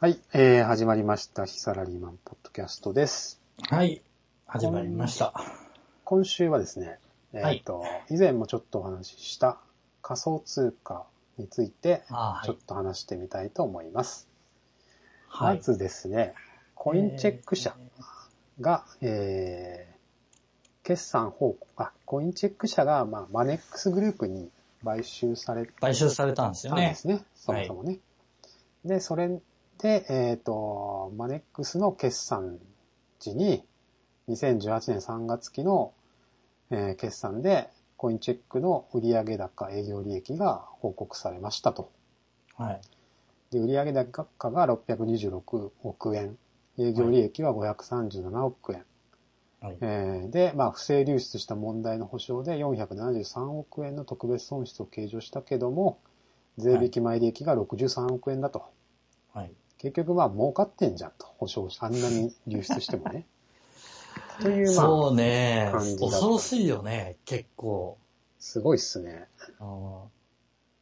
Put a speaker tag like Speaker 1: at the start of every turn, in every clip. Speaker 1: はい、えー、始まりました。ヒサラリーマンポッドキャストです。
Speaker 2: はい。始まりました。
Speaker 1: 今週はですね、えっ、
Speaker 2: はい
Speaker 1: と、以前もちょっとお話しした仮想通貨について、
Speaker 2: あ
Speaker 1: ちょっと話してみたいと思います。
Speaker 2: あ、はい。
Speaker 1: まずですね、コインチェック社が、えー、決算報告、あ、コインチェック社が、まあ、マネックスグループに買収され
Speaker 2: 買収されたんですよ
Speaker 1: なんで
Speaker 2: ね。
Speaker 1: すね。そもそもね。で、それで、えっ、と、マネックスの決算時に、2018年3月期の、えー決算で、コインチェックの売上高、営業利益が報告されましたと。
Speaker 2: はい。
Speaker 1: で、売上高が626億円、営業利益は537億円。
Speaker 2: はい。
Speaker 1: えーで、まあ、不正流出した問題の保証で473億円の特別損失を計上したけども、税引き前利益が63億円だと。
Speaker 2: はい。
Speaker 1: 結局、まあ、儲かってんじゃんと。保証、あんなに流出してもね。 という、まあ、
Speaker 2: そうね。
Speaker 1: 感じだった
Speaker 2: 恐ろしいよね、結構。
Speaker 1: すごいっすね。
Speaker 2: う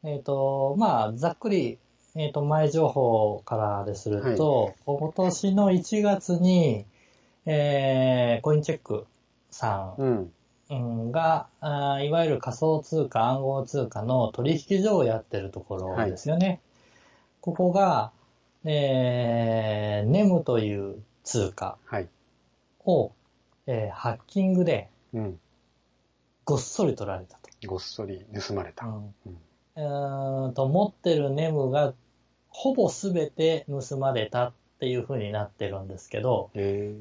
Speaker 2: んえっ、と、まあ、ざっくり、えっ、と、前情報からですると、今年の1月に、えー、コインチェックさ
Speaker 1: うん。
Speaker 2: んうんが、あーいわゆる仮想通貨、暗号通貨の取引所をやってるところですよね。ここが、えー、ネムという通貨
Speaker 1: はい。
Speaker 2: を、えーハッキングで
Speaker 1: うん。
Speaker 2: ごっそり取られたと。
Speaker 1: ごっそり盗まれた。うん
Speaker 2: うーんと持ってるネムがほぼすべて盗まれたっていう風になってるんですけど、
Speaker 1: え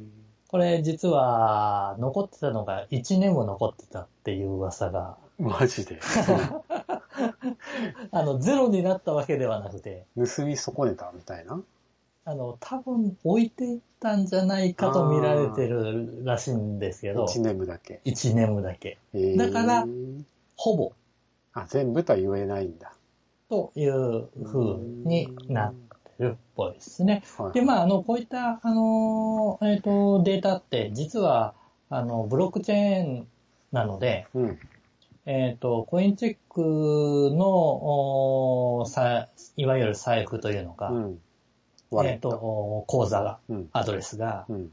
Speaker 2: これ実は残ってたのが1ネム残ってたっていう噂が、
Speaker 1: ー、マジ で。
Speaker 2: あの、ゼロになったわけではなくて、
Speaker 1: 盗み損ねたみたいな。
Speaker 2: あの、多分置いていったんじゃないかと見られてるらしいんですけど、
Speaker 1: 1年だけ。
Speaker 2: 1ネムだけ。
Speaker 1: えー
Speaker 2: だからほぼ
Speaker 1: あ、全部とは言えないんだ。
Speaker 2: という風になってるっぽいですね。
Speaker 1: はい
Speaker 2: で、まあ、あの、こういった、あの、えっ、と、データって、実は、あの、ブロックチェーンなので、
Speaker 1: うん。
Speaker 2: えっ、と、コインチェックの、おーさいわゆる財布というのか、
Speaker 1: うん。割
Speaker 2: え
Speaker 1: れ
Speaker 2: っ、と、おー口座が、
Speaker 1: うん。
Speaker 2: アドレスが、
Speaker 1: うん。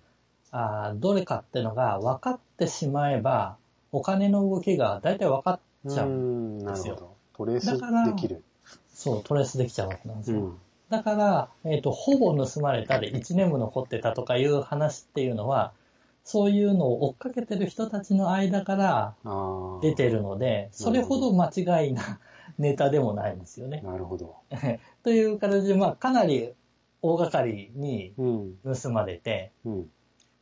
Speaker 2: あーどれかっていうのが分かってしまえば、お金の動きが大体分かっちゃう。
Speaker 1: ん、なるほ
Speaker 2: です
Speaker 1: ど。トレース
Speaker 2: だから
Speaker 1: できる。
Speaker 2: そう、トレースできちゃうわけなんです
Speaker 1: う
Speaker 2: よ。
Speaker 1: ん。
Speaker 2: だから、えっ、と、ほぼ盗まれたで1年も残ってたとかいう話っていうのは、そういうのを追っかけてる人たちの間から
Speaker 1: ああ。
Speaker 2: 出てるので、それほど間違いなネタでもないんですよね。
Speaker 1: なるほど。
Speaker 2: という形で、まあ、かなり大掛かりに
Speaker 1: うん。
Speaker 2: 盗まれて、
Speaker 1: うん。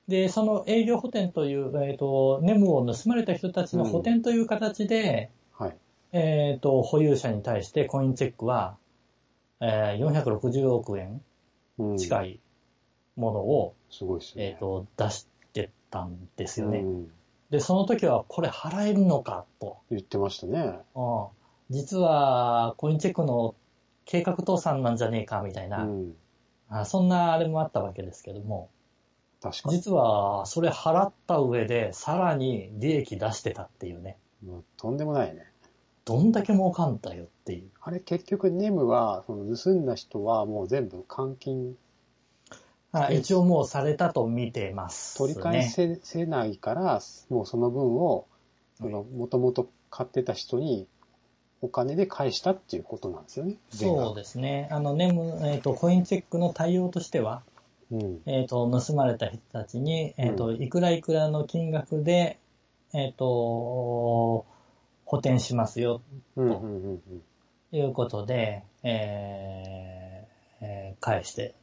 Speaker 2: で、その営業補填という、えっ、と、ネムを盗まれた人たちの補填という形で、
Speaker 1: はい。
Speaker 2: えっ、と、保有者に対してコインチェックは、えー460億円
Speaker 1: うん。
Speaker 2: 近
Speaker 1: い。
Speaker 2: いものを、
Speaker 1: すごいですね。
Speaker 2: えっ、と、出してたんですよね。
Speaker 1: うん。
Speaker 2: で、その時は、これ払えるのか、と。
Speaker 1: 言ってましたね。
Speaker 2: うん、実は、コインチェックの計画倒産なんじゃねえか、みたいうな、
Speaker 1: ん。
Speaker 2: あ。そんなあれもあったわけですけども、
Speaker 1: 確かに。
Speaker 2: 実は、それ払った上で、さらに利益出してたっていうね。
Speaker 1: もうとんでもないね。
Speaker 2: どんだけ儲かんだよっていう。
Speaker 1: あれ結局ネムは、その盗んだ人はもう全部換金
Speaker 2: あ一応もうされたと見てます、
Speaker 1: 取
Speaker 2: ね。
Speaker 1: り返せせないから、もうその分を、その、もともと買ってた人にお金で返したっていうことなんですよね。
Speaker 2: そうですね。あの、ネム、えっ、と、コインチェックの対応としては、
Speaker 1: う。うん。
Speaker 2: えっ、と、盗まれた人たちに、えっ、と、
Speaker 1: う
Speaker 2: いくらいくらの金額で、えっ、と、補填しますよ、
Speaker 1: うんうんうんうん。
Speaker 2: ということで、えーえー返して。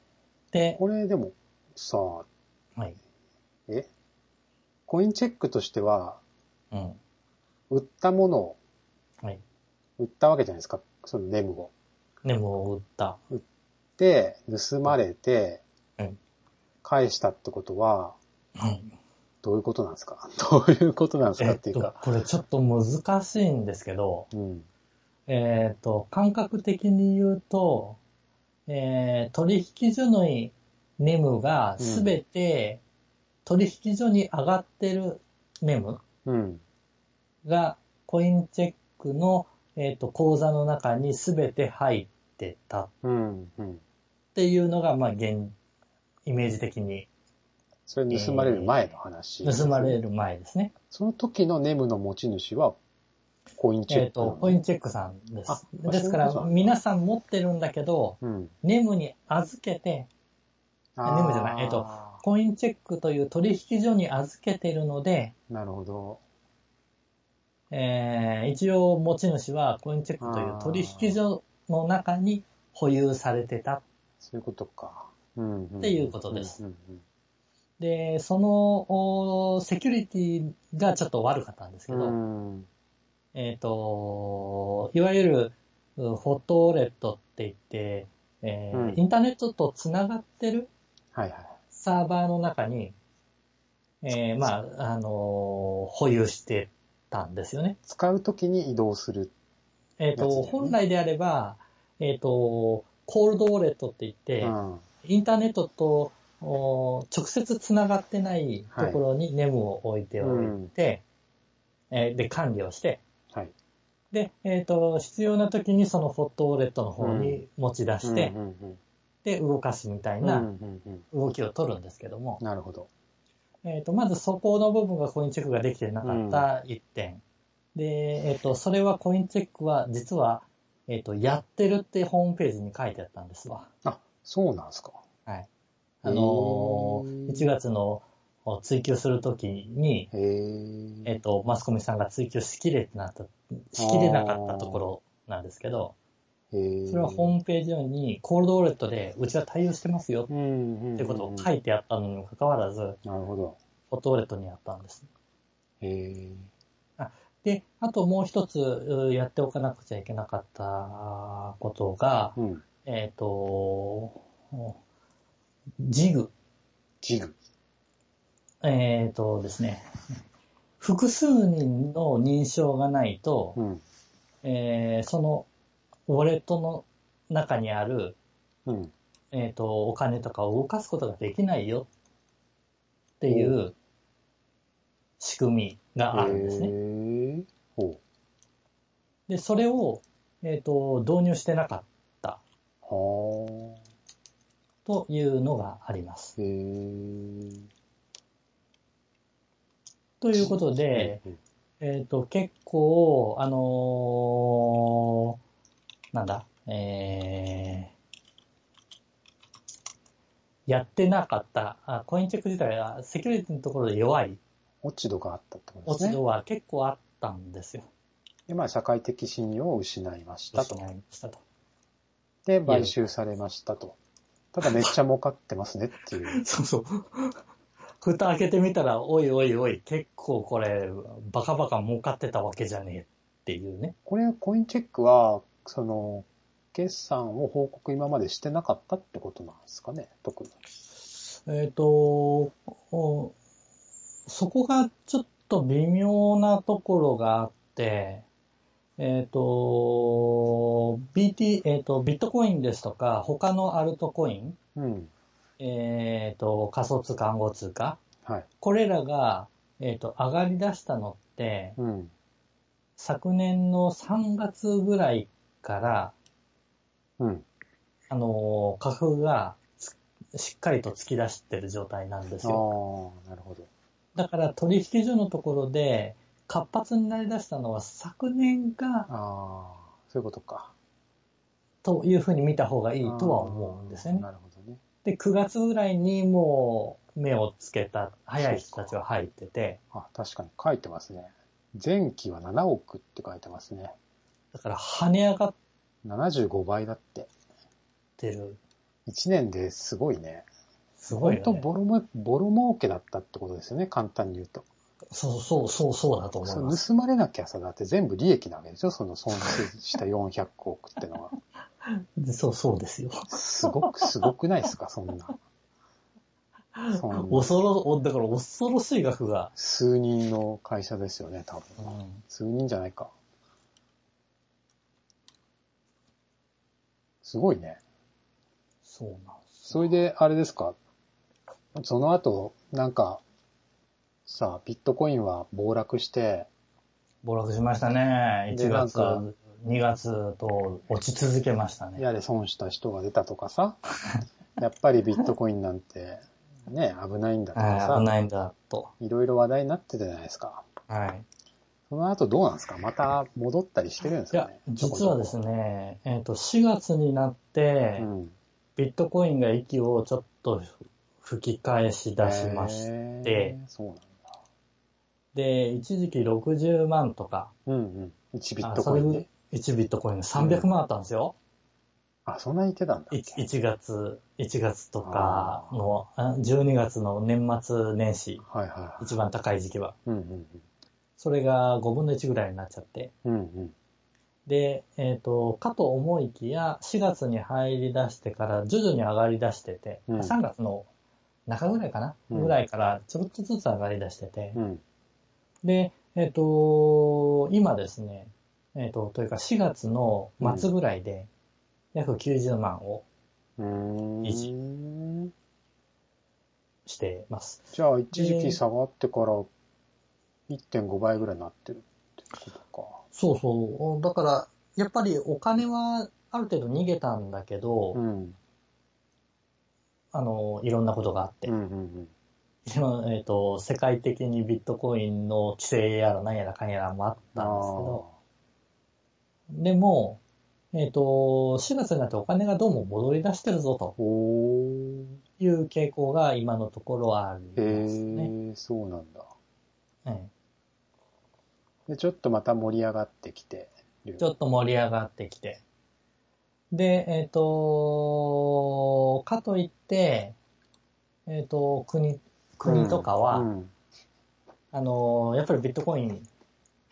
Speaker 2: で、
Speaker 1: これでもさ、
Speaker 2: はい。
Speaker 1: えコインチェックとしては、
Speaker 2: うん。
Speaker 1: 売ったものを、
Speaker 2: はい。
Speaker 1: 売ったわけじゃないですか、そのネムを。
Speaker 2: ネムを売 った。
Speaker 1: で、盗まれて
Speaker 2: うん、
Speaker 1: 返したってことは、
Speaker 2: うん。
Speaker 1: どういうことなんですか どういうことなんです
Speaker 2: え
Speaker 1: か
Speaker 2: っ、
Speaker 1: っていう
Speaker 2: と
Speaker 1: か。、
Speaker 2: これちょっと難しいんですけど、
Speaker 1: うん。
Speaker 2: えっ、と、感覚的に言うと、えー取引所のネムがすべて取引所に上がってるネム
Speaker 1: うん。
Speaker 2: がコインチェックの、えーと口座の中にすべて入ってたっ
Speaker 1: うん。うん。
Speaker 2: てっていうのが、まあ、現、イメージ的に
Speaker 1: それ盗まれる前の話、
Speaker 2: 盗まれる前ですね。
Speaker 1: その時のネムの持ち主は、コインチェ
Speaker 2: え
Speaker 1: ッ
Speaker 2: っ
Speaker 1: クなの。
Speaker 2: と、コインチェックさんで
Speaker 1: あ
Speaker 2: す。で
Speaker 1: そういうこ
Speaker 2: すか
Speaker 1: と
Speaker 2: ら、
Speaker 1: なんだ
Speaker 2: 皆さん持ってるんだけど、
Speaker 1: うん。
Speaker 2: ネムに預けて、ネムじゃないえっと
Speaker 1: あ
Speaker 2: コインチェックという取引所に預けてるので、
Speaker 1: ー。なるほど。
Speaker 2: えー一応持ち主はコインチェックという取引所の中に保有されてた。
Speaker 1: そういうことか。うん、うん。
Speaker 2: っていうことです
Speaker 1: うんうん
Speaker 2: で、その、おーセキュリティがちょっと悪かったんですけ
Speaker 1: う
Speaker 2: ど、
Speaker 1: ん。うん
Speaker 2: えっ、と、いわゆる、うフォトレットって言って、えー
Speaker 1: うん
Speaker 2: インターネットと繋がってる
Speaker 1: はいはい。
Speaker 2: サーバーの中に、えーまあ、あのー保有してたんですよね。
Speaker 1: 使うときに移動する。
Speaker 2: えっ、
Speaker 1: やつだ
Speaker 2: と、
Speaker 1: よね
Speaker 2: 本来であれば、えっ、と、コールドウォレットって言って、
Speaker 1: うん。
Speaker 2: インターネットとお直接つながってないところにネムを置いておいて、えーで、管理をして、
Speaker 1: はい。
Speaker 2: で、えっ、と、必要な時にそのフォットウォレットの方に持ち出して、
Speaker 1: うんうん
Speaker 2: で、動かすみた
Speaker 1: う
Speaker 2: い
Speaker 1: ん、うんう
Speaker 2: なん
Speaker 1: うん。
Speaker 2: 動きを取るんですけども、
Speaker 1: なるほど。
Speaker 2: えっ、と、まずそこの部分がコインチェックができてなかった1点。で、えっ、と、それはコインチェックは実は、えっ、と、やってるってホームページに書いてあったんですわ。
Speaker 1: あ、そうなんですか。
Speaker 2: はい。あのー
Speaker 1: へー
Speaker 2: 1月のお追求するときに、
Speaker 1: へー。
Speaker 2: えっ、と、マスコミさんが追求しきれてなった、しきれなかったところなんですけど、
Speaker 1: へー
Speaker 2: それはホームページ上にコールドウォレットでうちは対応してますよ
Speaker 1: うんうん。
Speaker 2: ってことを書
Speaker 1: い。
Speaker 2: いてあったのにもかかわらず、
Speaker 1: なるほど。
Speaker 2: フォトウォレットにあったんです。
Speaker 1: へー。
Speaker 2: で、あともう一つうやっておかなくちゃいけなかったことが、
Speaker 1: うん。
Speaker 2: えっ、と、ジグ。
Speaker 1: ジグ。
Speaker 2: えっ、とですね、複数人の認証がないと、
Speaker 1: うん。
Speaker 2: えーそのウォレットの中にある、
Speaker 1: うん。
Speaker 2: えっ、と、お金とかを動かすことができないよっていう仕組みがあるんですね。
Speaker 1: ね。ほう。
Speaker 2: で、それを、えっ、と、導入してなかった
Speaker 1: は
Speaker 2: というのがありま
Speaker 1: あ。
Speaker 2: す。
Speaker 1: へー。
Speaker 2: ということで、えっ、と、結構、あのーなんだ、えー、やってなかった、あコインチェック自体はセキュリティのところで弱い
Speaker 1: 落ち度があったってこと
Speaker 2: 落
Speaker 1: です
Speaker 2: ち
Speaker 1: ね。
Speaker 2: 度は結構あったんですよ。
Speaker 1: で、まあ、社会的信用を失いましたと
Speaker 2: 失。いましたと。
Speaker 1: で、買収されましたと。ただめっちゃ儲かってますねって いう。
Speaker 2: そうそう。蓋開けてみたら、おいおいおい、結構これ、バカバカ儲かってたわけじゃねえっていうね。
Speaker 1: これ、コインチェックは、その、決算を報告今までしてなかったってことなんですかね、特に。
Speaker 2: えっ、と、おそこがちょっと微妙なところがあって、えっ、と、BT、えっ、と、ビットコインですとか、他のアルトコイン、
Speaker 1: うん。
Speaker 2: えっ、と、仮想通貨、暗号通貨、
Speaker 1: はい。
Speaker 2: これらが、えっ、と、上がり出したのって、
Speaker 1: うん。
Speaker 2: 昨年の3月ぐらいから、
Speaker 1: うん。
Speaker 2: あのー、花粉がつしっかりと突き出してる状態なんです
Speaker 1: ああ
Speaker 2: よ。、
Speaker 1: なるほど。
Speaker 2: だから取引所のところで活発になりだしたのは昨年が
Speaker 1: ああ、そういうことか。
Speaker 2: というふうに見た方がい
Speaker 1: い
Speaker 2: いとは思うんですよね。
Speaker 1: なるほどね。
Speaker 2: で、9月ぐらいにもう目をつけた早い人たちは入ってて、
Speaker 1: あ、確かに書いてますね。前期は7億って書いてますね。
Speaker 2: だから跳ね上がっ
Speaker 1: 75倍だって。
Speaker 2: てる。
Speaker 1: 1年ですごいね。
Speaker 2: すごい
Speaker 1: 本
Speaker 2: よ
Speaker 1: 当ボ
Speaker 2: ね。
Speaker 1: ロも、ボロ儲けだったってことですよね、簡単に言うと。
Speaker 2: そうそうそうそうだと思い
Speaker 1: そう
Speaker 2: ます。
Speaker 1: 盗まれなきゃさ、だって全部利益なわけでしょその損失した400億ってのは。
Speaker 2: でそうそうですよ。
Speaker 1: すごく、すごくないですかそんな。そんな
Speaker 2: 恐ろ、おだから恐ろしい額が。
Speaker 1: 数人の会社ですよね、多
Speaker 2: う
Speaker 1: 分。
Speaker 2: ん
Speaker 1: 数人じゃないか。すごいね。
Speaker 2: そうなんです
Speaker 1: それで、あれですかその後、なんか、さ、ビットコインは暴落して、
Speaker 2: 暴落しましたね。
Speaker 1: で
Speaker 2: 1月
Speaker 1: なん
Speaker 2: 2月と落ち続けましたね。
Speaker 1: やれ損した人が出たとか さ、やっぱりビットコインなんてね、危ないんだとか
Speaker 2: はい、危
Speaker 1: さ、
Speaker 2: ないんだと。
Speaker 1: いろいろ話題になってたじゃないですか。
Speaker 2: はい。
Speaker 1: その後どうなんですかまた戻ったりしてるんです
Speaker 2: い
Speaker 1: か
Speaker 2: や
Speaker 1: ね、
Speaker 2: 実はです
Speaker 1: ね。
Speaker 2: ね、えっ、と、4月になって、
Speaker 1: うん。
Speaker 2: ビットコインが息をちょっと吹き返し出しまし
Speaker 1: へーそうなんだ。
Speaker 2: で、一時期60万とか、
Speaker 1: うんうん。1ビッ
Speaker 2: あ
Speaker 1: トコイン
Speaker 2: そ
Speaker 1: で
Speaker 2: れ。1ビットコインで300万あったんですよ。
Speaker 1: あ、そんなに言ってたんだ。
Speaker 2: い1月、1月とかの、あ12月の年末年始、
Speaker 1: はいはい。
Speaker 2: 一番高い時期は。
Speaker 1: うんうん
Speaker 2: それが5分の1ぐらいになっちゃって。
Speaker 1: うん。うんうん。
Speaker 2: で、えっ、と、かと思いきや、4月に入り出してから徐々に上がり出してて、
Speaker 1: うん
Speaker 2: 3月の中ぐらいかな、
Speaker 1: うん
Speaker 2: ぐらいからちょろっとずつ上がり出してて、
Speaker 1: うん。
Speaker 2: で、えっ、と、今ですね、えっ、と、というか4月の末ぐらいで、約90万を
Speaker 1: うーん
Speaker 2: 維してます。
Speaker 1: じゃあ、一時期下がってから1.5倍ぐらいになってるってこ
Speaker 2: そうそう。だから、やっぱりお金はある程度逃げたんだけ
Speaker 1: と
Speaker 2: ど、
Speaker 1: か。うん。
Speaker 2: あの、いろんなことがあって、
Speaker 1: うんうん
Speaker 2: 今えっ、と、世界的にビットコインの規制やら何やらかんやらもあっ
Speaker 1: うん。
Speaker 2: たんですけ
Speaker 1: あ
Speaker 2: ど、でも、えっ、と、4月になってお金がどうも戻り出してるぞと
Speaker 1: ーおー。
Speaker 2: いう傾向が今のところはあり
Speaker 1: へ
Speaker 2: ますね。
Speaker 1: ー、そうなんだ。
Speaker 2: え
Speaker 1: で、ちょっとまた盛り上がってきてる
Speaker 2: えちょっと盛り上がってきて。で、えっ、と、かといって、えっ、と、国、国とかは、
Speaker 1: うんうん
Speaker 2: あのーやっぱりビットコイン、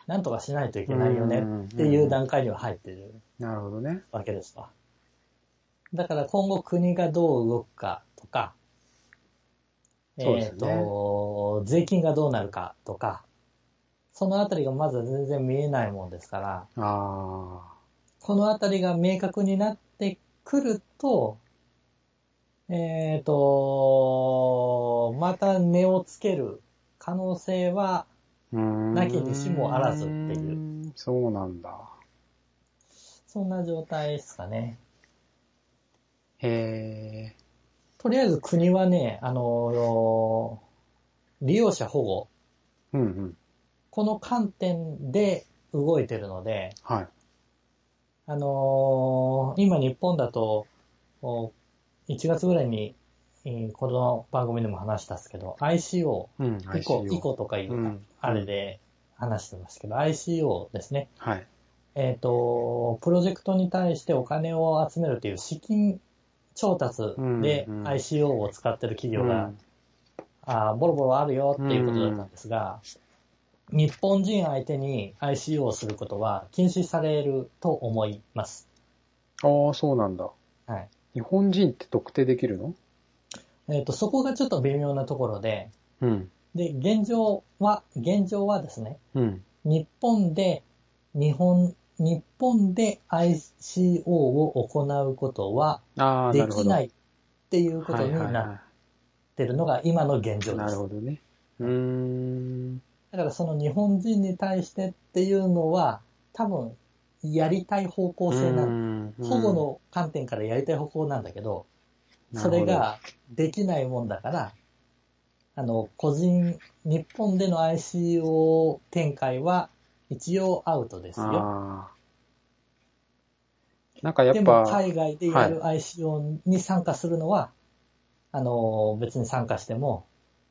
Speaker 2: なんとかしないといけないよね
Speaker 1: うん
Speaker 2: っていう段階には入ってる
Speaker 1: なるほどね。
Speaker 2: わけですわ。だから今後国がどう動くかとか、
Speaker 1: そうで
Speaker 2: え
Speaker 1: す
Speaker 2: っ、
Speaker 1: ね
Speaker 2: と、税金がどうなるかとか、そのあたりがまず全然見えないもんですから、
Speaker 1: ああ。
Speaker 2: このあたりが明確になってくると、えっ、と、また値をつける可能性は
Speaker 1: な
Speaker 2: なきにしもあらずっていう
Speaker 1: う。そうなんだ。
Speaker 2: そんな状態ですかね。
Speaker 1: へえ。
Speaker 2: とりあえず国はね、あの、利用者保護、
Speaker 1: うんうん。
Speaker 2: この観点で動いてるので、
Speaker 1: はい。
Speaker 2: あの、今日本だと、お1月ぐらいに、えーこの番組でも話したんですけど、ICO、
Speaker 1: うん。
Speaker 2: イコ、
Speaker 1: ICO
Speaker 2: イコとかいう、
Speaker 1: うん
Speaker 2: あれで話してますけど、ICO ですね。
Speaker 1: はい。
Speaker 2: えっ、と、プロジェクトに対してお金を集めるという資金調達で
Speaker 1: うんうん
Speaker 2: ICO を使ってる企業が、
Speaker 1: うん
Speaker 2: あーボロボロあるよっていうことだったんですが、日本人相手に ICO をすることは禁止されると思います。
Speaker 1: ああ、そうなんだ。
Speaker 2: はい。
Speaker 1: 日本人って特定できるの
Speaker 2: えっ、と、そこがちょっと微妙なところで、
Speaker 1: うん。
Speaker 2: で、現状は、現状はですね、
Speaker 1: うん。
Speaker 2: 日本で、日本、日本で ICO を行うことは
Speaker 1: ああ、
Speaker 2: で
Speaker 1: なるほ
Speaker 2: き
Speaker 1: ど。
Speaker 2: ないっていうことに
Speaker 1: はいはい
Speaker 2: な
Speaker 1: は
Speaker 2: ってるのが今の現
Speaker 1: い
Speaker 2: 状
Speaker 1: な
Speaker 2: で
Speaker 1: る
Speaker 2: す。
Speaker 1: ほどね。うーん。
Speaker 2: だからその日本人に対してっていうのは、多分、やりたい方向性な、
Speaker 1: うん
Speaker 2: 保護の観点からやりたい方向なんだけど、それ、ができないもんだから、あの、個人、日本での ICO 展開は一応アウトです
Speaker 1: なるほど
Speaker 2: よ。
Speaker 1: あーなんかやっ
Speaker 2: で
Speaker 1: ぱ、
Speaker 2: も海外でやる ICO に参加するのは、あの、別に参加しても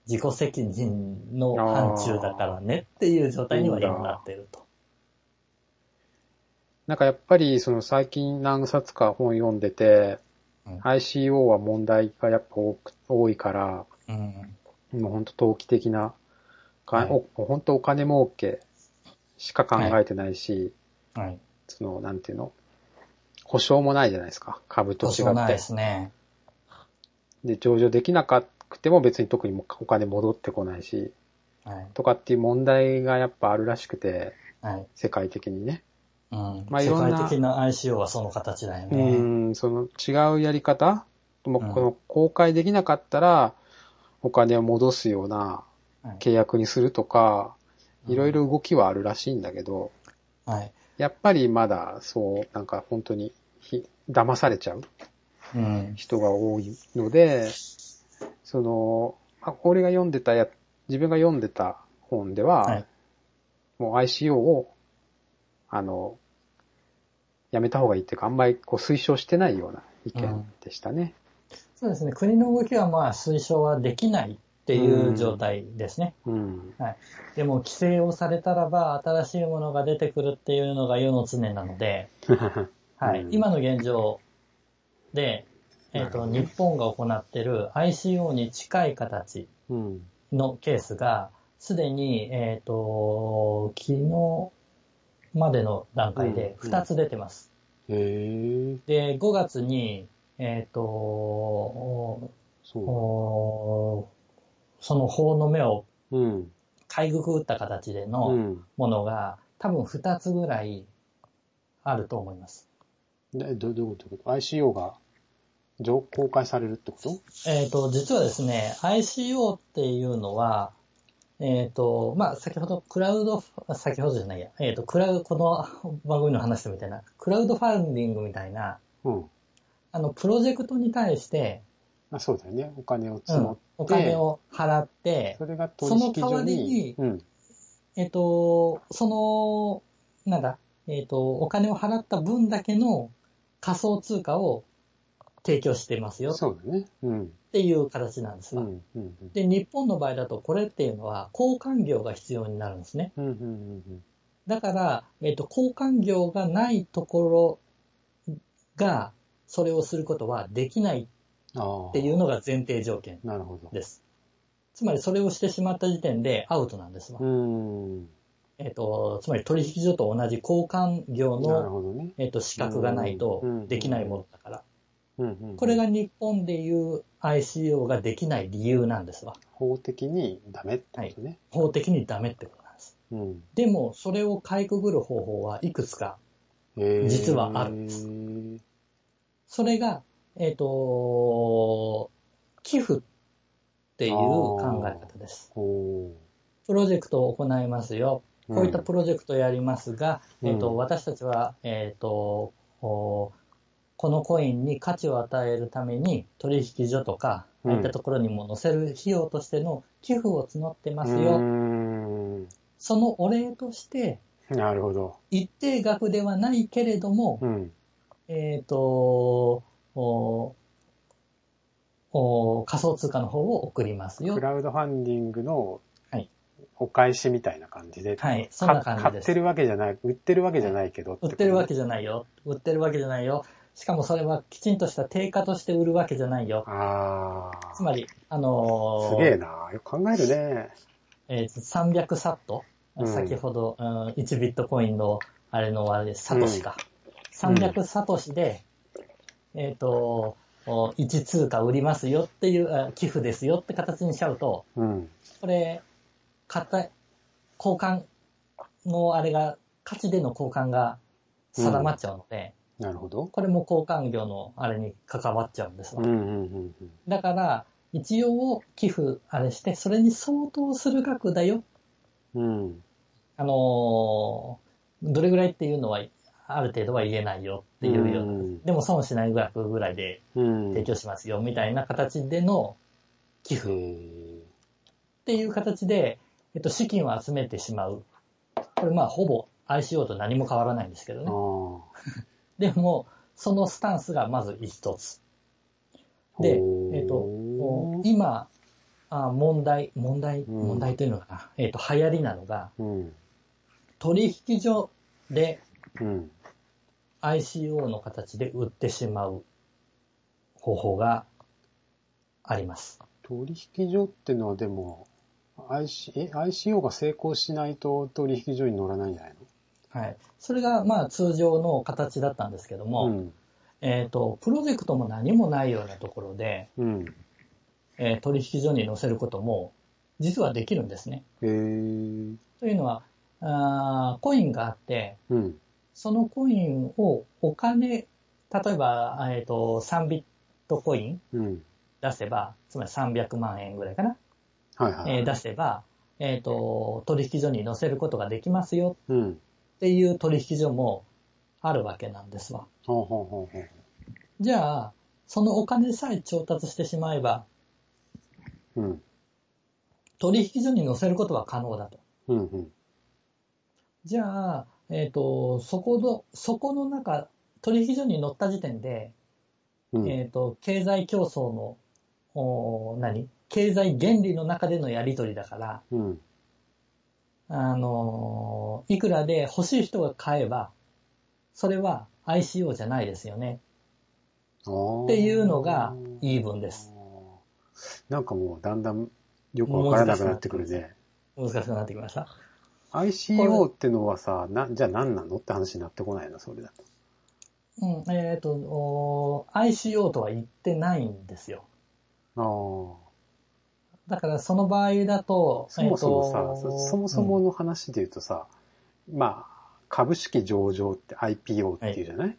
Speaker 2: 自己責任の範疇だからねっていう状態には今なってると。
Speaker 1: なんかやっぱりその最近何冊か本読んでて
Speaker 2: うん
Speaker 1: ICO は問題がやっぱ多く多いから、
Speaker 2: うん。
Speaker 1: もう本当投機的な、か
Speaker 2: はい
Speaker 1: お本当お金儲けしか考えてないし、
Speaker 2: はい。
Speaker 1: その、なんていうの、保証もないじゃないですか、株と違
Speaker 2: そう
Speaker 1: っ
Speaker 2: ないで
Speaker 1: て。
Speaker 2: すね。
Speaker 1: で、上場できなくても別に特にもうお金戻ってこないし、
Speaker 2: はい。
Speaker 1: とかっていう問題がやっぱあるらしくて、
Speaker 2: はい。世
Speaker 1: 世界的にね。まあいろん
Speaker 2: 界
Speaker 1: な
Speaker 2: 的な ICO はその形だよ
Speaker 1: う
Speaker 2: ね。
Speaker 1: ん、その違うやり方も
Speaker 2: うん
Speaker 1: うこの公開できなかったら、お金を戻すような
Speaker 2: はい
Speaker 1: 契約にするとか、
Speaker 2: うん
Speaker 1: いろいろ動きはあるらしいんだけど、
Speaker 2: はい。
Speaker 1: やっぱりまだそう、なんか本当にひ騙されちゃう
Speaker 2: うん。
Speaker 1: 人が多いので、その、あ俺が読んでたや、自分が読んでた本では、
Speaker 2: はい
Speaker 1: もう ICO を、あの、やめた方がいいっていうか、あんまりこう推奨してないような意見でしたね。
Speaker 2: そうですね。国の動きはまあ推奨はできないっていう状態ですね。
Speaker 1: うん。
Speaker 2: でも規制をされたらば新しいものが出てくるっていうのが世の常なので、はい。
Speaker 1: うん
Speaker 2: 今の現状で、えっ、
Speaker 1: なる
Speaker 2: と、
Speaker 1: ほど
Speaker 2: 日本が行ってる ICO に近い形
Speaker 1: うん。
Speaker 2: のケースが、すでに、えっ、と、昨日までの段階で
Speaker 1: うん
Speaker 2: 2つ出てます。
Speaker 1: へえ、
Speaker 2: で、5月に、えっ、と、お
Speaker 1: そ
Speaker 2: おその法の目を
Speaker 1: う。うん。
Speaker 2: かいぐく打った形で
Speaker 1: う
Speaker 2: の
Speaker 1: ん。
Speaker 2: ものが、多分2つぐらいあると思います。
Speaker 1: でどどういうことどういうこと ?ICO が上公開されるってこと
Speaker 2: えっ、と、実はですね、ICO っていうのは、えっ、と、まあ、先ほど、クラウドフ、先ほどじゃないや、えっ、と、クラウこの番組の話みたいな、クラウドファンディングみたいな、
Speaker 1: うん。
Speaker 2: あの、プロジェクトに対して、
Speaker 1: あそうだよね。お金を
Speaker 2: うん
Speaker 1: 募って、
Speaker 2: お金を払って
Speaker 1: そ、れが取引
Speaker 2: その代
Speaker 1: 所
Speaker 2: わりに
Speaker 1: に、うん。
Speaker 2: えっ、と、その、なんだ、えっ、と、お金を払った分だけの仮想通貨を提供してますよっ
Speaker 1: そうだね。うん。
Speaker 2: ていう形なんです
Speaker 1: う
Speaker 2: が、
Speaker 1: ん。うん。
Speaker 2: で、日本の場合だとこれっていうのは交換業が必要になるんですね。
Speaker 1: うん。うん。うん。
Speaker 2: だから、えっ、と、交換業がないところが、それをすることはできない
Speaker 1: ああ。
Speaker 2: っていうのが前提条件
Speaker 1: なるほど。
Speaker 2: です。つまりそれをしてしまった時点でアウトなんですわ
Speaker 1: う。ーん。
Speaker 2: えっ、と、つまり取引所と同じ交換業
Speaker 1: なる
Speaker 2: の、
Speaker 1: ほどね。
Speaker 2: えっ、と、資格がないとできないものだから。
Speaker 1: うんうん
Speaker 2: これが日本でいう ICO ができない理由なんですわ。
Speaker 1: 法的にダメってことね。
Speaker 2: 法的にダメってことなんです。
Speaker 1: うん。
Speaker 2: でも、それをかいくぐる方法はいくつか。
Speaker 1: へー
Speaker 2: 実はあるんですそれが、えっ、と、寄付っていう考え方です。
Speaker 1: ほ
Speaker 2: プロジェクトを行いますよ。
Speaker 1: う。
Speaker 2: こういったプ
Speaker 1: ロ
Speaker 2: ロジェクトをやりますが、
Speaker 1: うん
Speaker 2: えっ、と、私たちは、えっ、と、こうこのコインに価値を与えるために取引所とか、
Speaker 1: うん
Speaker 2: ああいったところにも載せる費用としての寄付を募ってます
Speaker 1: うー
Speaker 2: よ。
Speaker 1: ん。
Speaker 2: そのお礼として、
Speaker 1: なるほど。
Speaker 2: 一定額ではないけれども、
Speaker 1: うん。
Speaker 2: えっ、と、おお仮想通貨の方を送りますよ
Speaker 1: ク。ラウドファンディングの
Speaker 2: はい
Speaker 1: お返しみたいな感じで。
Speaker 2: はい、そんな
Speaker 1: か
Speaker 2: 感じ
Speaker 1: 買
Speaker 2: で
Speaker 1: って
Speaker 2: す。
Speaker 1: るわけじゃない、売ってるわけじゃないけど
Speaker 2: 売ってるわけ
Speaker 1: じ
Speaker 2: じゃないよ。売ってるわけじゃないよ。しかもそれはきちんとした定価として売るわけじゃないよ
Speaker 1: ゃ。ああ。
Speaker 2: つまり、あの
Speaker 1: す
Speaker 2: ー
Speaker 1: げえな。よく考えるね。
Speaker 2: えー300サット、
Speaker 1: うん
Speaker 2: 先ほど、うん、1ビットコインの、あれのあれ、サトシか。
Speaker 1: うん
Speaker 2: 300サトシで、えっ、と、お1通貨売りますよっていう、あ寄付ですよって形にしちゃうと、
Speaker 1: うん。
Speaker 2: これ、買った、交換のあれが、価値での交換が定まっちゃうので、
Speaker 1: なるほど。
Speaker 2: これも交換業のあれに関わっちゃうんです
Speaker 1: う
Speaker 2: わ。
Speaker 1: んうんうんうん。
Speaker 2: だから、一応寄付あれして、それに相当する額だよ。
Speaker 1: うん。
Speaker 2: あのーどれぐらいっていうのは、ある程度は言えないよっていうよ。
Speaker 1: うん
Speaker 2: でも損しない額ぐらいで
Speaker 1: うん。
Speaker 2: 提供しますよ、みたいな形での寄
Speaker 1: へ
Speaker 2: 付っ
Speaker 1: ー
Speaker 2: ていう形で、えっと、資金を集めてしまう。これまあ、ほぼ ICO と何も変わらないんですけどね。
Speaker 1: あ
Speaker 2: でも、そのスタンスがまず一つ。
Speaker 1: あ。
Speaker 2: で
Speaker 1: ほ、う
Speaker 2: えっと、今、あ問題、問題、
Speaker 1: うん
Speaker 2: 問題というのかな。えっと、流行りなのが、
Speaker 1: うん。
Speaker 2: 取引所で
Speaker 1: うん。
Speaker 2: ICO の形で売ってしまう方法があります。
Speaker 1: 取引所ってのはでも、IC、え、ICO が成功しないと取引所に乗らないんじゃない
Speaker 2: はい。それが、まあ、通常の形だったんですけど
Speaker 1: の
Speaker 2: も、
Speaker 1: ん。
Speaker 2: えっ、と、プロジェクトも何もないようなところで、
Speaker 1: うん。
Speaker 2: えー取引所に載せることも、実はできるんですね。
Speaker 1: へー
Speaker 2: というのは、あーコインがあって、
Speaker 1: うん。
Speaker 2: そのコインをお金、例えば、えっ、と、3ビットコイン
Speaker 1: うん。
Speaker 2: 出せば、つまり300万円ぐらいかな、
Speaker 1: はいはい。
Speaker 2: えー出せば、えっ、と、取引所に載せることができますよ
Speaker 1: うん。
Speaker 2: っていう取引所もあるわけなんですわ。
Speaker 1: ほうほうほうほう。
Speaker 2: じゃあ、そのお金さえ調達してしまえば、
Speaker 1: うん。
Speaker 2: 取引所に載せることは可能だと。
Speaker 1: うんうん。
Speaker 2: じゃあ、えっ、と、そこの、そこの中、取引所に載った時点で、
Speaker 1: うん。
Speaker 2: えっ、と、経済競争の、おー何経済原理の中でのやり取りだから、
Speaker 1: うん。
Speaker 2: あのーいくらで欲しい人が買えば、それは ICO じゃないですよね。っていうのが言い分です。
Speaker 1: なんかもうだんだんよくわからなくなってくるね。
Speaker 2: 難しくなってきました。
Speaker 1: ICO ってのはさ、な、じゃあ何なのって話になってこないな、それだと。
Speaker 2: うん、えっ、と、おー ICO とは言ってないんですよ。
Speaker 1: あ
Speaker 2: だからその場合だと
Speaker 1: あ。、そもそもさ、
Speaker 2: えーと
Speaker 1: そそもそもの話で言うとさ、まあ、株式上場って IPO っていうじゃない、
Speaker 2: うん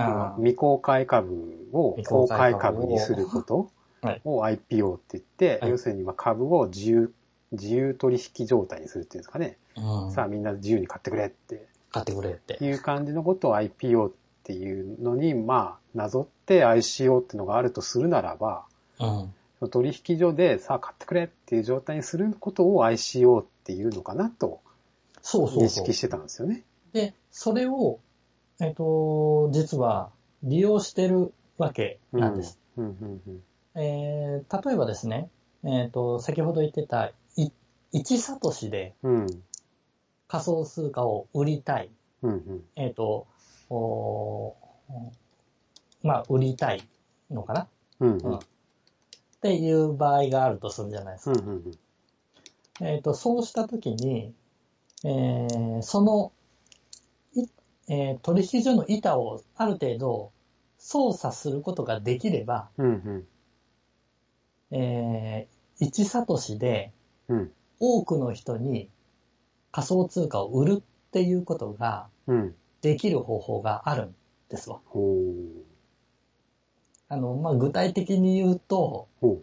Speaker 2: あー
Speaker 1: 未公開株を
Speaker 2: 未
Speaker 1: 公
Speaker 2: 公
Speaker 1: 開株
Speaker 2: 開株を
Speaker 1: にすること
Speaker 2: はい
Speaker 1: を IPO って言って、
Speaker 2: はい
Speaker 1: 要するにまあ株を自由、自由取引状態にするっていうんですかね。
Speaker 2: うん、
Speaker 1: さあみんな自由に買ってくれって
Speaker 2: 買ってくれって。
Speaker 1: いう感じのことを IPO っていうのに、まあ、なぞって ICO っていうのがあるとするならば、
Speaker 2: うん。
Speaker 1: その取引所でさあ買ってくれっていう状態にすることを ICO っていうのかなと
Speaker 2: そう
Speaker 1: 認
Speaker 2: そうそう
Speaker 1: 識。してたんですよね。
Speaker 2: で、それを、えっ、と、実は利用してるわけなんです。
Speaker 1: うんうんうん
Speaker 2: えー例えばですね、えっ、と、先ほど言ってた、い1サトシで
Speaker 1: うん
Speaker 2: 仮想通貨を売りたい。
Speaker 1: うんうん
Speaker 2: えっ、と、おーまあ、売りたいのかな、
Speaker 1: うん
Speaker 2: うんっていう場合があるとするじゃないです
Speaker 1: う
Speaker 2: か。
Speaker 1: んうん
Speaker 2: えっ、と、そうしたときに、えーその、いえー取引所の板をある程度操作することができれば、
Speaker 1: うんうん
Speaker 2: えー、1サトシで
Speaker 1: うん
Speaker 2: 多くの人に仮想通貨を売るっていうことが
Speaker 1: うん
Speaker 2: できる方法があるんですわ。
Speaker 1: ほう。
Speaker 2: あの、まあ、具体的に言うと、
Speaker 1: ほ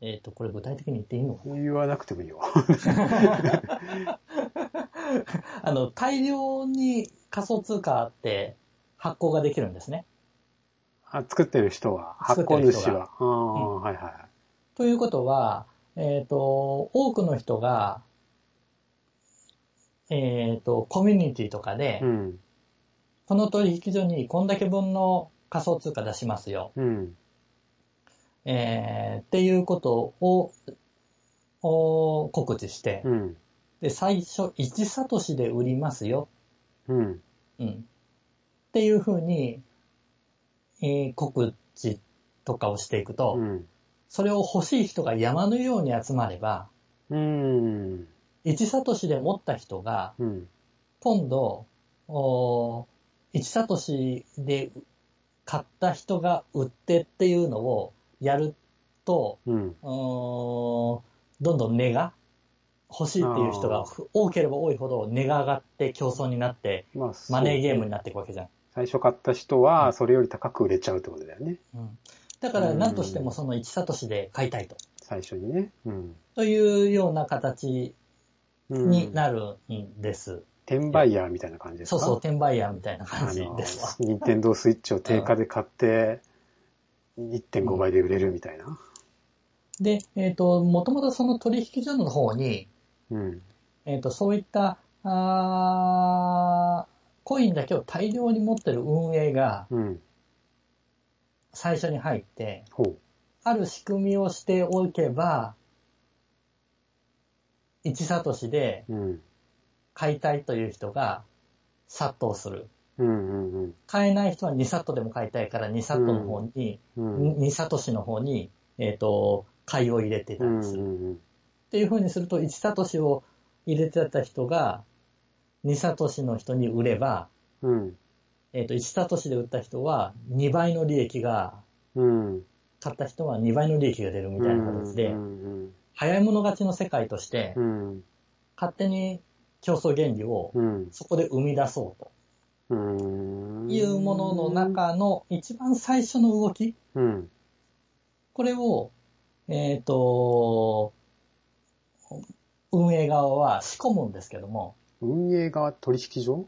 Speaker 2: えっ、と、これ具体的に言っていいのか
Speaker 1: う。言わなくてもいいよ。
Speaker 2: なあの、大量に仮想通貨って発行ができるんですね。
Speaker 1: あ作ってる人は、発
Speaker 2: 作って
Speaker 1: 行
Speaker 2: る人が
Speaker 1: 主は。ああ、
Speaker 2: う
Speaker 1: はいは
Speaker 2: ということは、えっ、と、多くの人が、えっ、と、コミュニティとかで、
Speaker 1: い。うん。
Speaker 2: この取引所にこんだけ分の仮想通貨出しますよ。
Speaker 1: うん。
Speaker 2: えーっていうことを、お告知して、
Speaker 1: うん。
Speaker 2: で、最初1サトシで売りますよ。
Speaker 1: うん。
Speaker 2: うん。っていうふうに、えー告知とかをしていくと、
Speaker 1: うん。
Speaker 2: それを欲しい人が山のように集まれば、
Speaker 1: うん。
Speaker 2: 1サトシで持った人が、
Speaker 1: うん。
Speaker 2: 今度、お1サトシで買った人が売ってっていうのをやると、
Speaker 1: うん。
Speaker 2: おーどんどん値が欲しいっていう人がふ多ければ多いほど値が上がって競争になって、
Speaker 1: まあ、そう
Speaker 2: マネーゲームになっていくわけじゃん。
Speaker 1: 最初買った人は、それより高く売れちゃうってことだよね。
Speaker 2: うん、だから何としてもその1サトシで買いたいと。
Speaker 1: 最初にね。うん。
Speaker 2: というような形
Speaker 1: うん
Speaker 2: になるんです。
Speaker 1: 転売ヤーみたいな感じです
Speaker 2: そう
Speaker 1: か
Speaker 2: そう、転売ヤーみたいな
Speaker 1: あ
Speaker 2: 感じ
Speaker 1: の
Speaker 2: ですわ。、
Speaker 1: ニンテンドースイッチを定価で買って、1.5倍で売れるみたいな。
Speaker 2: で、えっ、と、もともとその取引所の方に、
Speaker 1: うん。
Speaker 2: えっ、と、そういった、あーコインだけを大量に持ってる運営が
Speaker 1: うん。
Speaker 2: 最初に入って、
Speaker 1: ほう。
Speaker 2: ある仕組みをしておけば、1サトシで
Speaker 1: うん。
Speaker 2: 買いたいという人が殺到する。
Speaker 1: うんうん
Speaker 2: 買えない人は2サトでも買いたいから2サトの方に、
Speaker 1: うん。うん。
Speaker 2: 2サトシの方に、えっ、と、買いを入れてた
Speaker 1: うんん
Speaker 2: でする。
Speaker 1: うん
Speaker 2: っていう風にすると、1サトシを入れてた人が、2サトシの人に売れば、
Speaker 1: うん。うん。
Speaker 2: えっ、と、1サトシで売った人は2倍の利益が、
Speaker 1: うん。
Speaker 2: 買った人は2倍の利益が出るみたいな形で、
Speaker 1: うん
Speaker 2: 早い者勝ちの世界として
Speaker 1: う、ん
Speaker 2: 勝手に競争原理を
Speaker 1: うん
Speaker 2: そこで生み出そうと
Speaker 1: うん
Speaker 2: いうものの、中の一番最初の動き、
Speaker 1: うん、
Speaker 2: これを、えっ、と、運営側は仕込むんですけども、
Speaker 1: 運営側取引所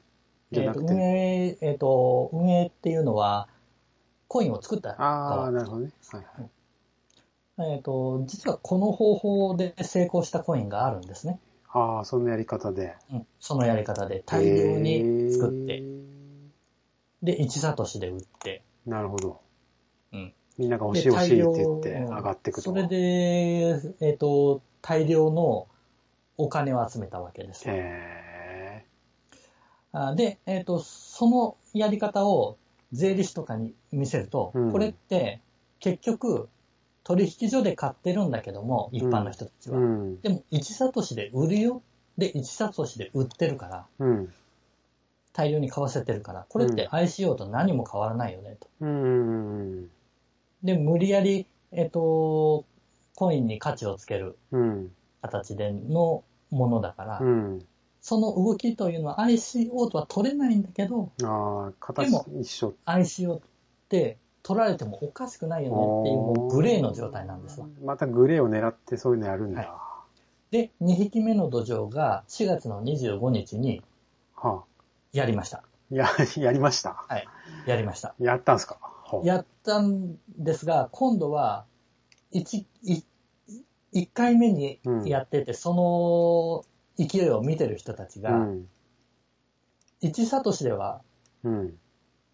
Speaker 1: じゃ
Speaker 2: えっ
Speaker 1: な
Speaker 2: と
Speaker 1: く
Speaker 2: 運
Speaker 1: て。
Speaker 2: 営、えっと、運営っていうのは、コインを作った
Speaker 1: ああ、
Speaker 2: 側
Speaker 1: なるほどね。はいはい。
Speaker 2: えっと、実はこの方法で成功したコインがあるんですね。
Speaker 1: ああ、そんなやり方で。
Speaker 2: うん、そのやり方で大量に作っ
Speaker 1: へ
Speaker 2: て、
Speaker 1: ー。
Speaker 2: で、1サトシで売って、
Speaker 1: なるほど。
Speaker 2: うん
Speaker 1: みんなが欲しい
Speaker 2: で
Speaker 1: 欲しいって言って
Speaker 2: 大量
Speaker 1: 上がっていくと。
Speaker 2: それで、えっ、と、大量のお金を集めたわけです。
Speaker 1: へ
Speaker 2: あで、えっ、と、そのやり方を税理士とかに見せると、
Speaker 1: うん
Speaker 2: これって結局取引所で買ってるんだけども、一般の人たち
Speaker 1: ー。
Speaker 2: は。
Speaker 1: うん。
Speaker 2: でも、1サトシで売るよ。で、1サトシで売ってるから、
Speaker 1: うん。
Speaker 2: 大量に買わせてるから、これって ICO と何も変わらないよね、と。
Speaker 1: うん。
Speaker 2: で、無理やり、えっ、と、コインに価値をつける
Speaker 1: うん。
Speaker 2: 形でのものだから、
Speaker 1: うん。
Speaker 2: その動きというのは ICO とは取れないんだけど、
Speaker 1: ああ、形
Speaker 2: でも
Speaker 1: 一緒。
Speaker 2: ICO って取られてもおかしくないよねっていうもうグレーの状態なんですわ。
Speaker 1: またグレーを狙ってそういうのやるんだ。
Speaker 2: はいで、2匹目の土壌が4月の25日に
Speaker 1: はあ、
Speaker 2: やりました。
Speaker 1: や、 やりました。
Speaker 2: やりました。
Speaker 1: やったんすかほう
Speaker 2: やったんですが、今度は1、い一回目にやってて、その勢いを見てる人たち
Speaker 1: う
Speaker 2: が、
Speaker 1: ん。
Speaker 2: 1サトシでは
Speaker 1: うん。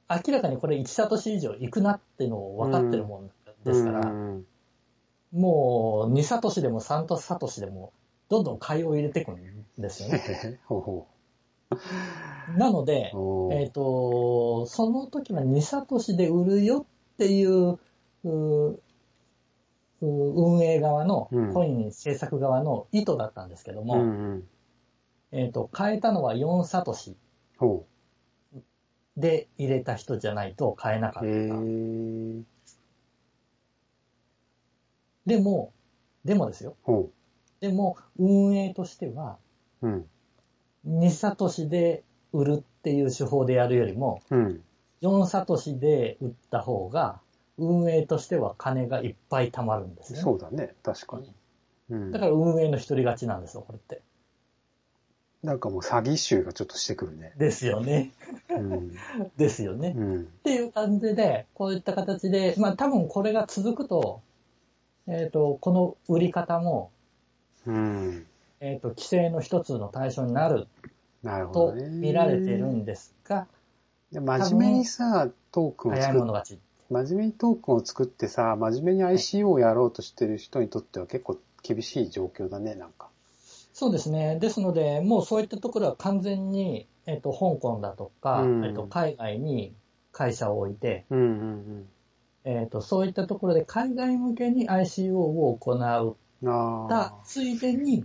Speaker 2: 明らかにこれ1サトシ以上行くなっていうのを分かってるもんですから、
Speaker 1: うん
Speaker 2: もう2サトシでも3サトシでも、どんどん買いを入れていくんですよ
Speaker 1: へ
Speaker 2: ね。
Speaker 1: へほうほ
Speaker 2: なので
Speaker 1: う。、お
Speaker 2: え
Speaker 1: ー
Speaker 2: っ、と、その時は2サトシで売るよっていう、うう運営側の
Speaker 1: うん、
Speaker 2: コイン制作側の意図だったんですけど
Speaker 1: う
Speaker 2: も、
Speaker 1: んうん。
Speaker 2: えっ、と、買えたのは4サトシ
Speaker 1: ほ
Speaker 2: で入れた人じゃないと買えなか
Speaker 1: う。
Speaker 2: った。
Speaker 1: へー。
Speaker 2: でも、でもですよ。
Speaker 1: ほ
Speaker 2: でも、運営としては、
Speaker 1: う。うん。
Speaker 2: 2サトシで売るっていう手法でやるよりも、
Speaker 1: うん。
Speaker 2: 4サトシで売った方が、運営としては金がいっぱい貯まるんですよね。
Speaker 1: そうだね。確かに。うん。
Speaker 2: だから運営の一人勝ちなんですよ、これって。
Speaker 1: なんかもう詐欺集がちょっとしてくるね。
Speaker 2: ですよね。
Speaker 1: うん。
Speaker 2: ですよね。っ
Speaker 1: うん。
Speaker 2: ていう感じで、こういった形で、まあ多分これが続くと、えっ、と、この売り方も、
Speaker 1: うん。
Speaker 2: えっ、と、規制の一つの対象になる
Speaker 1: なるほ
Speaker 2: と
Speaker 1: どね。
Speaker 2: 見られてるんですが、
Speaker 1: で真面目にさ、トークンを
Speaker 2: 早い
Speaker 1: 作っ
Speaker 2: 者勝ち。
Speaker 1: 真面目にトークンを作ってさ、真面目に ICO をやろうとしてる人にとっては結構厳しい状況だね、なんか。
Speaker 2: そうですね。ですので、もうそういったところは完全に、えっ、と、香港だとか、
Speaker 1: うん
Speaker 2: えっと、海外に会社を置いて、
Speaker 1: うんうん
Speaker 2: えっ、と、そういったところで海外向けに ICO を行う
Speaker 1: うん。あ
Speaker 2: た
Speaker 1: あ。
Speaker 2: ついでに、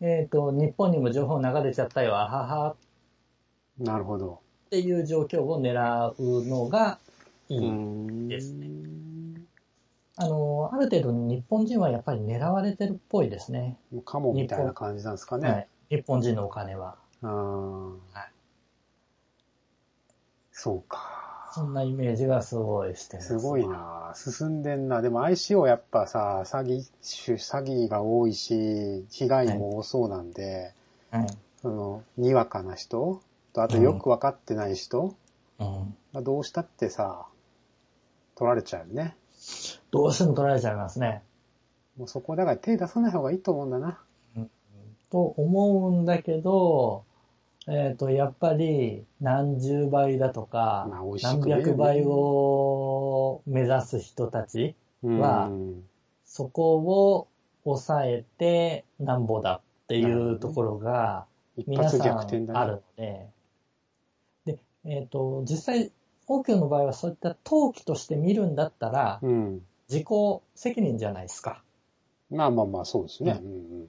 Speaker 2: えっ、と、日本にも情報流れちゃったよ、あははっ
Speaker 1: なるほど。
Speaker 2: ていう状況を狙うのがいい。
Speaker 1: ん
Speaker 2: ですね
Speaker 1: ね。
Speaker 2: あの、ある程度日本人はやっぱり狙われてるっぽいですね。
Speaker 1: もうカモみたいな感じなんですか
Speaker 2: は
Speaker 1: ね。
Speaker 2: い。日本人のお金は。
Speaker 1: ああ
Speaker 2: はい
Speaker 1: そうか。
Speaker 2: そんなイメージがすごいしてます。
Speaker 1: すごい。な進んでんな。でも ICO やっぱさ、詐欺種、詐欺が多いし、被害も多そうなんで、
Speaker 2: はい。
Speaker 1: その、にわかな人と、あとよくわかってない人、
Speaker 2: うん。
Speaker 1: まあ、どうしたってさ、取られちゃうよね。
Speaker 2: どうしても取られちゃいますね。
Speaker 1: もうそこだから手出さない方がいいと思うんだな。
Speaker 2: と思うんだけど、えっ、と、やっぱり何十倍だとか
Speaker 1: まあ美味、し
Speaker 2: 何
Speaker 1: くね
Speaker 2: 百倍を目指す人たち、
Speaker 1: うん
Speaker 2: はそこを抑えてなんぼだっていうところが
Speaker 1: 一
Speaker 2: 皆
Speaker 1: 発
Speaker 2: さ
Speaker 1: 逆転
Speaker 2: んあ
Speaker 1: だ
Speaker 2: る
Speaker 1: ね。
Speaker 2: ので、で、えっ、と、実際、オーキューの場合はそういった投機として見るんだったら、
Speaker 1: うん。
Speaker 2: 自己責任じゃないですか。
Speaker 1: まあまあまあ、そうですね。うん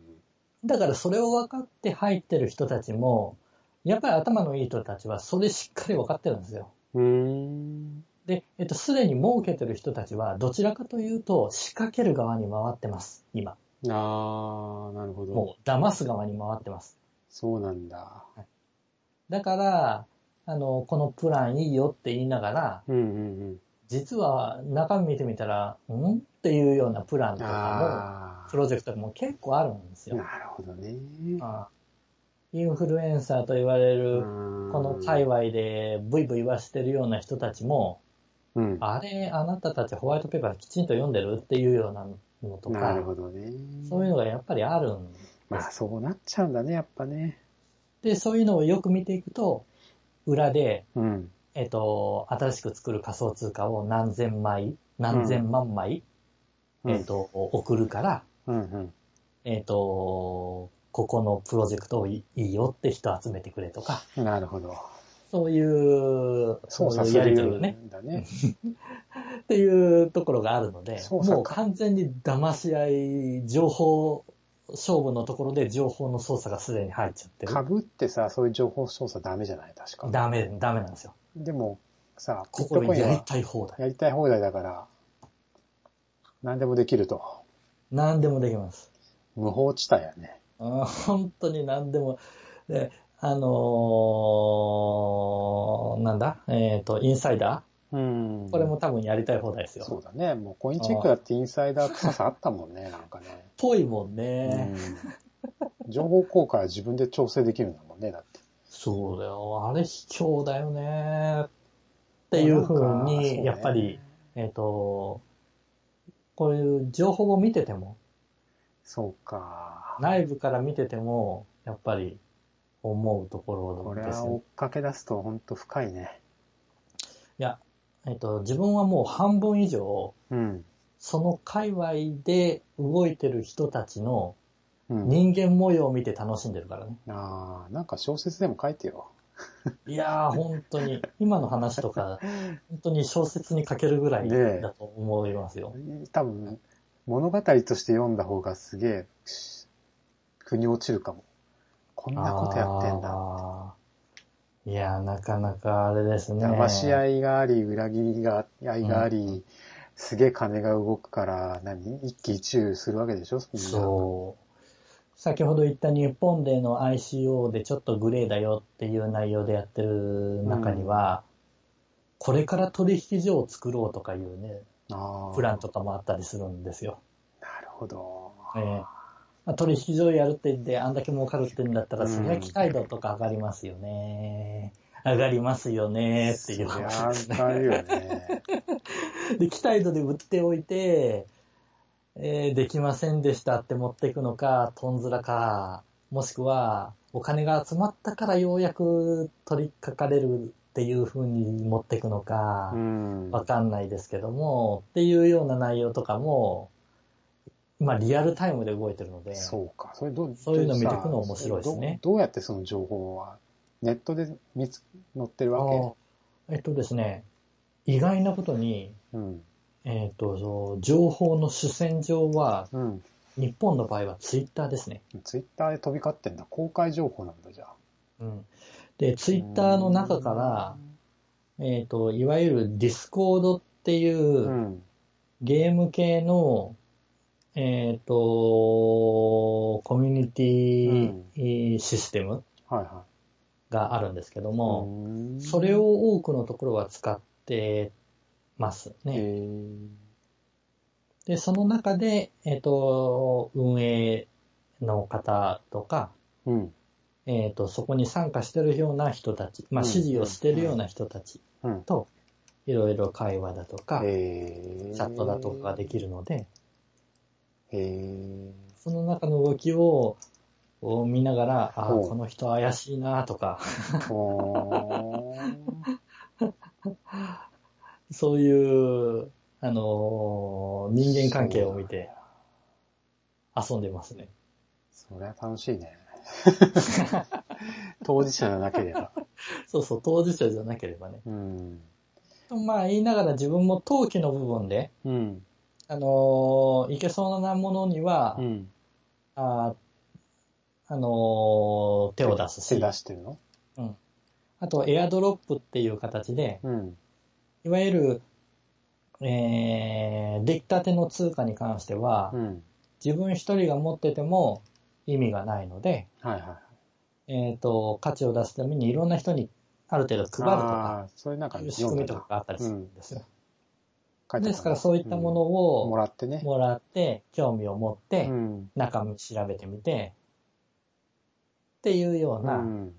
Speaker 2: だからそれを分かって入ってる人たちも、やっぱり頭のいい人たちはそれしっかり分かってるんですよ。
Speaker 1: うんうん。う
Speaker 2: で、えっと、すでに儲けてる人たちは、どちらかというと、仕掛ける側に回ってます、今。
Speaker 1: ーん。あー、なるほど。
Speaker 2: もう、騙す側に回ってます。
Speaker 1: そうなんだ。
Speaker 2: だから、あの、このプランいいよって言いながら、
Speaker 1: うんうん
Speaker 2: 実は中身見てみたら、んっていうようなプラン
Speaker 1: うん。
Speaker 2: とかも、
Speaker 1: あ
Speaker 2: プロジェクトも結構あるんです
Speaker 1: ー。
Speaker 2: よ。
Speaker 1: なるほどね。
Speaker 2: あインフルエンサーと言われ
Speaker 1: こ
Speaker 2: る、この界隈でブイブイはしてるような人たちも、
Speaker 1: うん。
Speaker 2: あれ、あなたたちホワイトペーパーきちんと読んでるっていうようなのと
Speaker 1: なる
Speaker 2: か、
Speaker 1: ほどね。
Speaker 2: そういうのがやっぱりあるん
Speaker 1: まあそうなっちゃうんだね、やっぱね。
Speaker 2: で、そういうのをよく見ていくと、裏で、
Speaker 1: うん。
Speaker 2: えっと、新しく作る仮想通貨を何千枚、何千万枚、
Speaker 1: うん
Speaker 2: えっと、送るから、
Speaker 1: うんうん。
Speaker 2: えっと、ここのプロジェクトをいいいよって人集めてくれとか、
Speaker 1: なるほど。
Speaker 2: そういう、
Speaker 1: 操作
Speaker 2: そういう
Speaker 1: す
Speaker 2: やりとり
Speaker 1: る
Speaker 2: をね、
Speaker 1: んだね。
Speaker 2: っていうところがあるので、
Speaker 1: 操作か
Speaker 2: もう完全に騙し合い、情報、勝負のところで情報の操作がすでに入っちゃってる。
Speaker 1: 株ってさ、そういう情報操作ダメじゃない確か。
Speaker 2: ダメ、ダメなんですよ。
Speaker 1: でも、さ、ビ
Speaker 2: こ
Speaker 1: ット
Speaker 2: こ
Speaker 1: コイ
Speaker 2: で
Speaker 1: ン
Speaker 2: やり
Speaker 1: は
Speaker 2: たい放題。
Speaker 1: やりたい放題だから、何でもできると。
Speaker 2: 何でもできます。
Speaker 1: 無法地帯やね。
Speaker 2: うん本当に何でも。で、あのーなんだえっ、と、インサイダ
Speaker 1: うん
Speaker 2: ーこれも多分やりたい放題です
Speaker 1: そう
Speaker 2: よ。
Speaker 1: だね。もうコインチェックだってインサイダー臭さあったもんね、なんかね。
Speaker 2: ぽいもん
Speaker 1: う
Speaker 2: ね。
Speaker 1: ん情報公開は自分で調整できるんだもんね、だって。
Speaker 2: そうだよ。あれ卑怯だよね。っていうふうに、やっぱり、えっ、と、こういう情報を見てても、
Speaker 1: そうか。
Speaker 2: 内部から見てても、やっぱり思うとこ
Speaker 1: こ
Speaker 2: ろ
Speaker 1: れ
Speaker 2: です
Speaker 1: は
Speaker 2: よね
Speaker 1: 追っかけ出すと本当深いね。
Speaker 2: いや、えっ、と、自分はもう半分以上、
Speaker 1: うん。
Speaker 2: その界隈で動いてる人たちの
Speaker 1: うん、
Speaker 2: 人間模様を見て楽しんでるからね。
Speaker 1: ああ、なんか小説でも書いてよ。
Speaker 2: いやー、本当に、今の話とか、本当に小説に書けるぐらい
Speaker 1: ねえ
Speaker 2: だと思いますよ。
Speaker 1: 多分、物語として読んだ方がすげえ、腑に落ちるかも。こんなことやってんだ。
Speaker 2: あーいやー、なかなかあれですね。
Speaker 1: 騙し
Speaker 2: い。
Speaker 1: 合いがあり、裏切りが、合いがあり、すげえ金が動くから、何一喜一憂するわけでしょみんな
Speaker 2: そう。先ほど言った日本での ICO でちょっとグレーだよっていう内容でやってる中には、これから取引所を作ろうとかいうね、
Speaker 1: ああ。
Speaker 2: プランとかもあったりするんですよ。
Speaker 1: なるほど。
Speaker 2: ええまあ、取引所やるって言って、あんだけ儲かるって言うんだったら、
Speaker 1: うん
Speaker 2: そりゃ期待度とか上がりますよね。上がりますよねっていう
Speaker 1: そり
Speaker 2: 話
Speaker 1: ゃ
Speaker 2: ですね。
Speaker 1: 上がるよ ね。
Speaker 2: で、期待度で売っておいて、えーできませんでしたって持っていくのか、トンズラか、もしくは、お金が集まったからようやく取り掛かれるっていう風に持っていくのか
Speaker 1: う、ん。
Speaker 2: わかんないですけども、っていうような内容とかも、まあリアルタイムで動いてるので、
Speaker 1: そうか。それどう
Speaker 2: そういうの見て
Speaker 1: どさ
Speaker 2: くの面白いですね
Speaker 1: どどうやってその情報は、ネットで見つ、載ってるわ
Speaker 2: あーえっとですね、意外なことに、
Speaker 1: けうん。
Speaker 2: えっと、そう情報の主戦場は、
Speaker 1: うん。
Speaker 2: 日本の場合はツイッターですね。
Speaker 1: ツイッターで飛び交ってんだ。公開情報なんだ、じゃあ。。
Speaker 2: うん。で、ツイッターの中から、えっ、と、いわゆるディスコードっていううんゲーム系の、えっ、と、コミュニティえーシステム
Speaker 1: はいは
Speaker 2: があるんですけど
Speaker 1: い。
Speaker 2: も、
Speaker 1: うん
Speaker 2: それ、を多くのところは使ってます
Speaker 1: え
Speaker 2: ね。
Speaker 1: ー、
Speaker 2: で、その中で、えっ、と、運営の方とか、
Speaker 1: うん。
Speaker 2: えっ、と、そこに参加してるような人たち、まあ、
Speaker 1: うん
Speaker 2: 指示をしてるような人たち
Speaker 1: うん。
Speaker 2: と、いろいろ会話だとか、
Speaker 1: えー、
Speaker 2: チャットだとかができるので、
Speaker 1: えー、
Speaker 2: その中の動きをを見ながら、ああ、
Speaker 1: ほう
Speaker 2: この人怪しいなとか、
Speaker 1: おー
Speaker 2: そういう、あのー人間関係を見て遊んでますね。
Speaker 1: そりゃ楽しい ね。当事者じゃなければ。
Speaker 2: そうそう、当事者じゃなければね。
Speaker 1: うん。
Speaker 2: まあ言いながら自分も陶器の部分で、
Speaker 1: うん。
Speaker 2: あのーいけそうなものには、
Speaker 1: うん。
Speaker 2: あーあのー手を出す
Speaker 1: 手
Speaker 2: し、
Speaker 1: 出してるの
Speaker 2: あとエアドロップっていう形で、
Speaker 1: うん。
Speaker 2: いわゆる、えー、出来たての通貨に関しては、
Speaker 1: うん。
Speaker 2: 自分一人が持ってても意味がないので、
Speaker 1: はいはい。
Speaker 2: えっ、と、価値を出すためにいろんな人にある程度配るとか、
Speaker 1: ああ、そういうなんか
Speaker 2: いう仕組みと
Speaker 1: だ
Speaker 2: かがあったりするんです
Speaker 1: 書
Speaker 2: よ。
Speaker 1: いてあったね
Speaker 2: ですからそういったもの
Speaker 1: うんも
Speaker 2: を
Speaker 1: らってね。
Speaker 2: もらって、興味を持って、
Speaker 1: うん。
Speaker 2: 中身調べてみて、っていうよう
Speaker 1: う
Speaker 2: な、
Speaker 1: ん。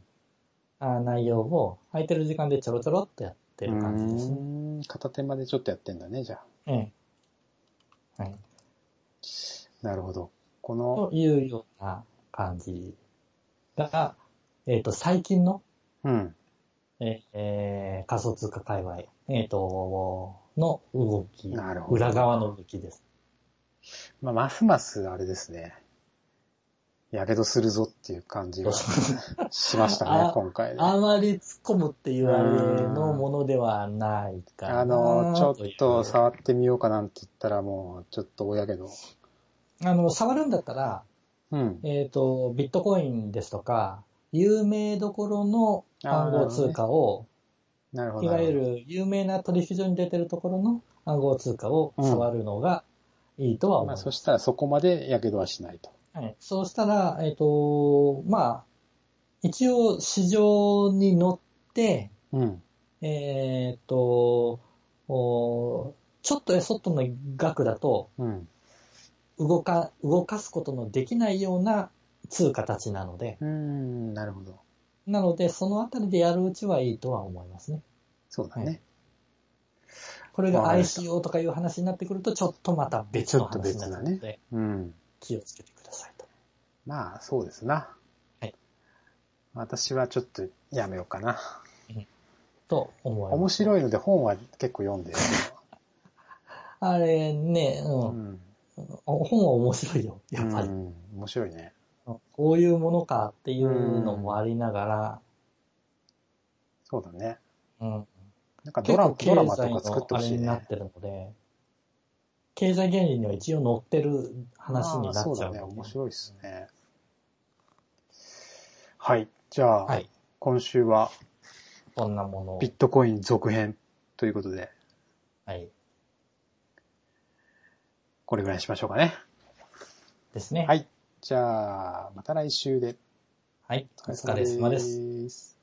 Speaker 2: あ内容を空いてる時間でちょろちょろっとやってる感じです
Speaker 1: う
Speaker 2: ね。
Speaker 1: ん片手間でちょっとやってんだね、じゃあ。
Speaker 2: ええはい、
Speaker 1: なるほど。この、
Speaker 2: というような感じが、えっ、と、最近の、
Speaker 1: うん。
Speaker 2: えーえー仮想通貨界隈、えっ、と、の動き、
Speaker 1: なるほど
Speaker 2: 裏側の動きです。
Speaker 1: まあ、ますますあれですね。やけどするぞっていう感じがしましたね
Speaker 2: あ、
Speaker 1: 今回ね。
Speaker 2: あまり突っ込むっていうあれ
Speaker 1: う
Speaker 2: の
Speaker 1: ん
Speaker 2: ものではないかな
Speaker 1: あの、ちょっと
Speaker 2: さ、
Speaker 1: 触ってみようかなんて言ったらもう、ちょっと親けど。
Speaker 2: あの、触るんだったら、
Speaker 1: うん。
Speaker 2: えっ、と、ビットコインですとか、有名どころの暗号通貨を、
Speaker 1: なるほど。
Speaker 2: いわゆる有名な取引所に出てるところの暗号通貨を触るのがいいとは思
Speaker 1: ま
Speaker 2: い
Speaker 1: あ、
Speaker 2: ます。
Speaker 1: そしたらそこまでやけどはしないと。
Speaker 2: はい、そうしたら、えっ、と、まあ、一応市場に乗って、
Speaker 1: うん。
Speaker 2: えっ、と、おちょっとやそっとの額だと
Speaker 1: うん。
Speaker 2: 動か、動かすことのできないような通貨たちなので、
Speaker 1: うん、なるほど。
Speaker 2: なのでそのあたりでやるうちはいいとは思いますね。
Speaker 1: そうだね。
Speaker 2: これが
Speaker 1: わかりました
Speaker 2: ICO とかいう話になってくると、ちょっとまた別の話になるの
Speaker 1: ちょっと別
Speaker 2: で、
Speaker 1: うん。
Speaker 2: 気をつけてくださいと。
Speaker 1: まあ、そうですな。
Speaker 2: はい。
Speaker 1: 私はちょっとやめようかな。
Speaker 2: と思いま
Speaker 1: 面
Speaker 2: す。
Speaker 1: 白いので本は結構読んでる。
Speaker 2: あれね、う、
Speaker 1: うんん。
Speaker 2: 本は面白いよ、やっぱり
Speaker 1: う。ん面白いね。
Speaker 2: こういうものかっていうのもありなが
Speaker 1: そうだね。
Speaker 2: ら、うん。
Speaker 1: なんかド
Speaker 2: 結
Speaker 1: ラ
Speaker 2: 構
Speaker 1: マドラ
Speaker 2: 経
Speaker 1: マ
Speaker 2: 済
Speaker 1: とか作っ
Speaker 2: の
Speaker 1: て
Speaker 2: あ
Speaker 1: ほし
Speaker 2: れ
Speaker 1: い
Speaker 2: になっ
Speaker 1: ね。
Speaker 2: てるので、経済原理には一応載ってる話になっちゃ
Speaker 1: あ
Speaker 2: う
Speaker 1: ーそ
Speaker 2: の
Speaker 1: う
Speaker 2: で。
Speaker 1: だね。面白いですね。はい。じゃあ、
Speaker 2: はい。
Speaker 1: 今週は
Speaker 2: こんなものを
Speaker 1: ビッ。トコイン続編ということで、
Speaker 2: はい。
Speaker 1: これぐらいにしましょうかね。
Speaker 2: ですね。
Speaker 1: はい。じゃあ、また来週で。
Speaker 2: はい。お疲れ様です。
Speaker 1: す。